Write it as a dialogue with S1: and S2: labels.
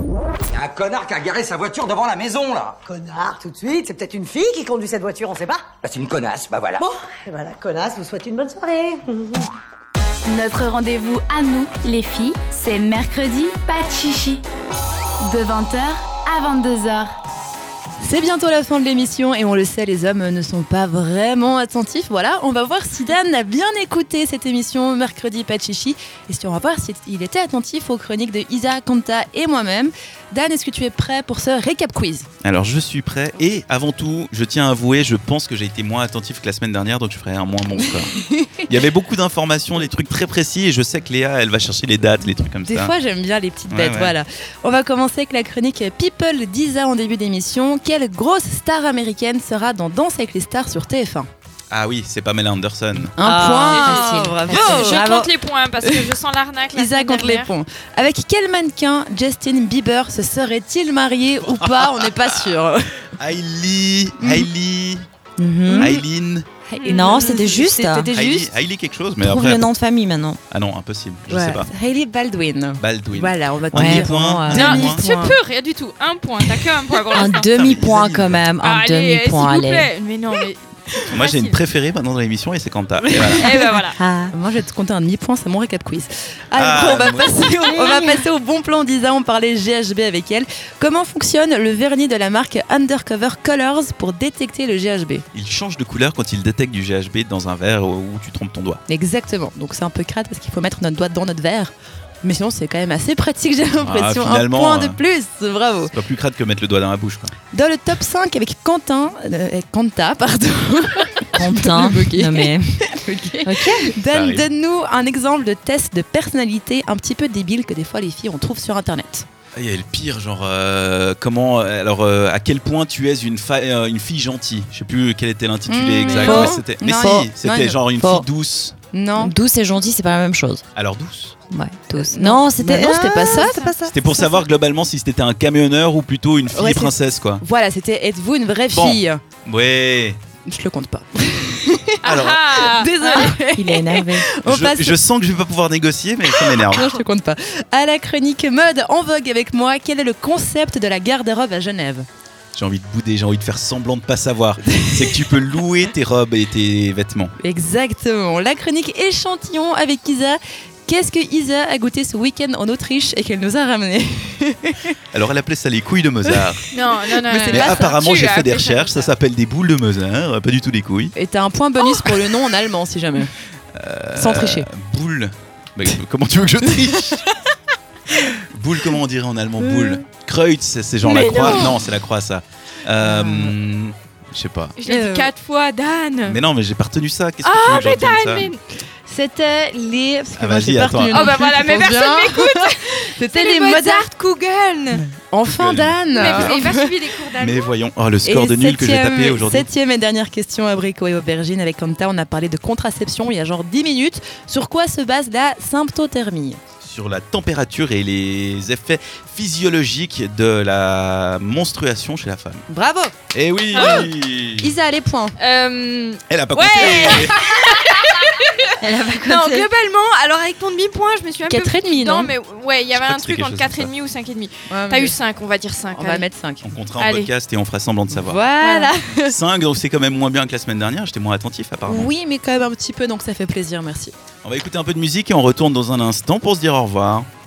S1: Il y a un connard qui a garé sa voiture devant la maison, là.
S2: Connard, tout de suite. C'est peut-être une fille qui conduit cette voiture, on sait pas.
S1: Bah, c'est une connasse, bah voilà.
S2: Bon, et ben la connasse vous souhaite une bonne soirée.
S3: Notre rendez-vous à nous, les filles, c'est mercredi, pas de chichi. De 20h à 22h.
S4: C'est bientôt la fin de l'émission et on le sait, les hommes ne sont pas vraiment attentifs. Voilà, on va voir si Dan a bien écouté cette émission mercredi Pachichi et si on va voir s'il était attentif aux chroniques de Isa, Kanta et moi-même. Dan, est-ce que tu es prêt pour ce récap quiz
S5: Alors je suis prêt et avant tout, je tiens à avouer, je pense que j'ai été moins attentif que la semaine dernière, donc je ferai un moins bon score. Il y avait beaucoup d'informations, des trucs très précis et je sais que Léa, elle va chercher les dates, les trucs comme
S4: Des
S5: ça.
S4: fois, j'aime bien les petites
S5: Ouais,
S4: bêtes,
S5: ouais.
S4: voilà. On va commencer avec la chronique People d'Isa en début d'émission. Quelle grosse star américaine sera dans Danse avec les stars sur TF1
S5: Ah oui, c'est Pamela Anderson.
S4: Un
S6: Ah,
S4: point Bravo,
S6: je
S4: bravo.
S6: compte les points parce que je sens l'arnaque. la
S4: Isa
S6: semaine
S4: contre les
S6: dernière.
S4: ponts. Avec quel mannequin Justin Bieber se serait-il marié ou pas On n'est pas sûr.
S5: Hailey, Hailey,
S7: Mhm.
S5: Aileen,
S7: Non, c'était juste.
S4: C'était
S5: Hailey,
S4: Mm. juste.
S5: Hailey quelque chose, mais
S7: Trouve
S5: après.
S7: le nom de famille maintenant.
S5: Ah non, impossible, je
S4: Ouais.
S5: sais pas.
S4: Hailey Baldwin.
S5: Baldwin.
S4: Voilà, on va te
S5: Un
S7: Ouais,
S4: dire.
S5: demi-point.
S7: vraiment, euh,
S5: un
S6: Non,
S5: demi-point.
S6: tu peux, rien du tout. Un point, t'as que un point pour
S7: Un
S6: l'instant.
S7: demi-point
S5: mais
S7: quand même. Un
S6: allez, euh,
S7: demi-point,
S6: s'il vous
S7: allez.
S6: plaît. Mais non, mais.
S5: Moi j'ai une
S6: préférence.
S5: préférée maintenant dans l'émission et c'est Kanta. Et voilà.
S6: Eh ben voilà.
S7: Ah.
S4: Moi, je vais te compter un demi-point, c'est mon récap quiz.
S5: Ah,
S4: Alors, on, va
S5: moi-
S4: passer au, on va passer au bon plan d'Isa, on parlait GHB avec elle. Comment fonctionne le vernis de la marque Undercover Colors pour détecter le GHB
S5: Il change de couleur quand il détecte du GHB dans un verre où tu trompes ton doigt.
S4: Exactement, donc c'est un peu crade parce qu'il faut mettre notre doigt dans notre verre. Mais sinon, c'est quand même assez pratique, j'ai l'impression. un
S5: finalement,
S4: point de
S5: euh.
S4: plus, bravo.
S5: C'est pas plus crade que mettre le doigt dans la bouche. Quoi.
S4: Dans le top 5 avec Quentin, euh, avec Quanta, pardon.
S7: Quentin.
S4: Le bokeh.
S7: Non mais. Ok.
S5: Ça
S4: Dan,
S5: arrive.
S4: donne-nous un exemple de test de personnalité un petit peu débile que des fois les filles on trouve sur internet.
S5: Ah, Il y a le pire, genre euh, comment, euh, alors euh, à quel point tu es une, fa- euh, une fille gentille. Je sais plus quel était l'intitulé
S4: Mmh,
S5: exact.
S7: faux.
S5: Mais, c'était- mais
S4: Non,
S5: si,
S4: non,
S5: c'était
S4: non,
S5: genre une
S7: faux.
S5: fille douce.
S4: Non.
S7: Douce et gentil, c'est pas la même chose.
S5: Alors douce.
S7: Ouais, douce. Non, c'était. Ah.
S4: Bah non, c'était pas ça.
S7: C'était pas ça.
S5: C'était pour savoir globalement si c'était un camionneur ou plutôt une fille
S4: Ouais, c'est-
S5: princesse quoi.
S4: Voilà, c'était êtes-vous une vraie
S5: Bon.
S4: fille
S5: Ouais.
S4: Je le compte pas.
S5: Alors,
S6: Ah,
S4: Désolé.
S7: Il est énervé.
S4: On
S5: je,
S4: passe.
S5: je sens que je vais pas pouvoir négocier, mais ça m'énerve.
S4: Non, je te compte pas. À la chronique mode en vogue avec moi, quel est le concept de la garde-robe à Genève
S5: J'ai envie de bouder, j'ai envie de faire semblant de pas savoir. C'est que tu peux louer tes robes et tes vêtements.
S4: Exactement. La chronique échantillon avec Isa. Qu'est-ce que Isa a goûté ce week-end en Autriche et qu'elle nous a ramené
S5: Alors elle appelait ça les couilles de Mozart.
S6: non, non, non.
S4: Mais c'est
S5: Mais
S4: pas ça.
S5: apparemment
S6: Tu
S5: j'ai
S6: as
S5: fait des
S6: appelé ça
S5: recherches, ça
S6: comme ça.
S5: s'appelle des boules de Mozart, euh, pas du tout des couilles.
S4: Et t'as un point bonus pour le nom en allemand si jamais. Sans tricher.
S5: Boule. Bah, comment tu veux que je triche Boule, comment on dirait en allemand Boule. Kreutz, c'est c'est genre la
S6: Euh. Mais
S5: croix.
S6: non.
S5: Non, c'est la croix, ça. Euh, Je sais pas.
S6: Je l'ai
S4: Euh.
S6: dit quatre fois, Dan.
S5: Mais non, mais j'ai pas retenu ça. Qu'est-ce que tu veux que je retienne ça
S6: Euh. Ah, Mais-
S4: C'était les. parce que
S5: Ah,
S4: moi,
S5: vas-y,
S4: j'ai pas
S5: attends.
S4: retenu
S6: Oh
S4: non
S6: bah
S4: plus,
S6: voilà,
S4: je
S6: mais
S4: pense
S6: personne
S4: bien.
S6: m'écoute.
S4: C'était
S6: C'est
S4: les
S6: les
S4: Mozart.
S6: Mozart Kugeln.
S4: Enfin, Dan
S6: Mais vous n'avez pas suivi les cours
S5: Mais
S6: d'allemand.
S5: voyons. Oh, le Ah, score de nul que j'ai
S4: septième-
S5: tapé aujourd'hui.
S4: Septième et dernière question, abricot et aubergine avec Kanta. On a parlé de contraception il y a genre 10 minutes. Sur quoi se base la symptothermie
S5: Sur la température et les effets physiologiques de la menstruation chez la femme.
S4: Bravo
S5: Eh oui
S4: Isa, les points.
S6: Euh,
S5: Elle a pas
S6: Ah Ouais.
S5: compté
S7: Elle a pas
S6: non, globalement, alors avec ton demi-point, je me suis un peu.
S4: 4,5, non,
S6: Non, mais ouais, il y avait
S5: crois
S6: un
S5: que c'est
S6: truc
S5: quelque
S6: entre
S5: chose
S6: 4,5 ou 5,5.
S4: Ouais,
S6: T'as
S4: mais
S6: eu 5, on va dire 5.
S4: On va mettre Ah 5.
S5: On comptera en
S6: Allez.
S5: podcast et on fera semblant de savoir.
S4: Voilà.
S5: 5, donc c'est quand même moins bien que la semaine dernière, j'étais moins attentif apparemment.
S4: Oui, mais quand même un petit peu, donc ça fait plaisir, merci.
S5: On va écouter un peu de musique et on retourne dans un instant pour se dire au revoir.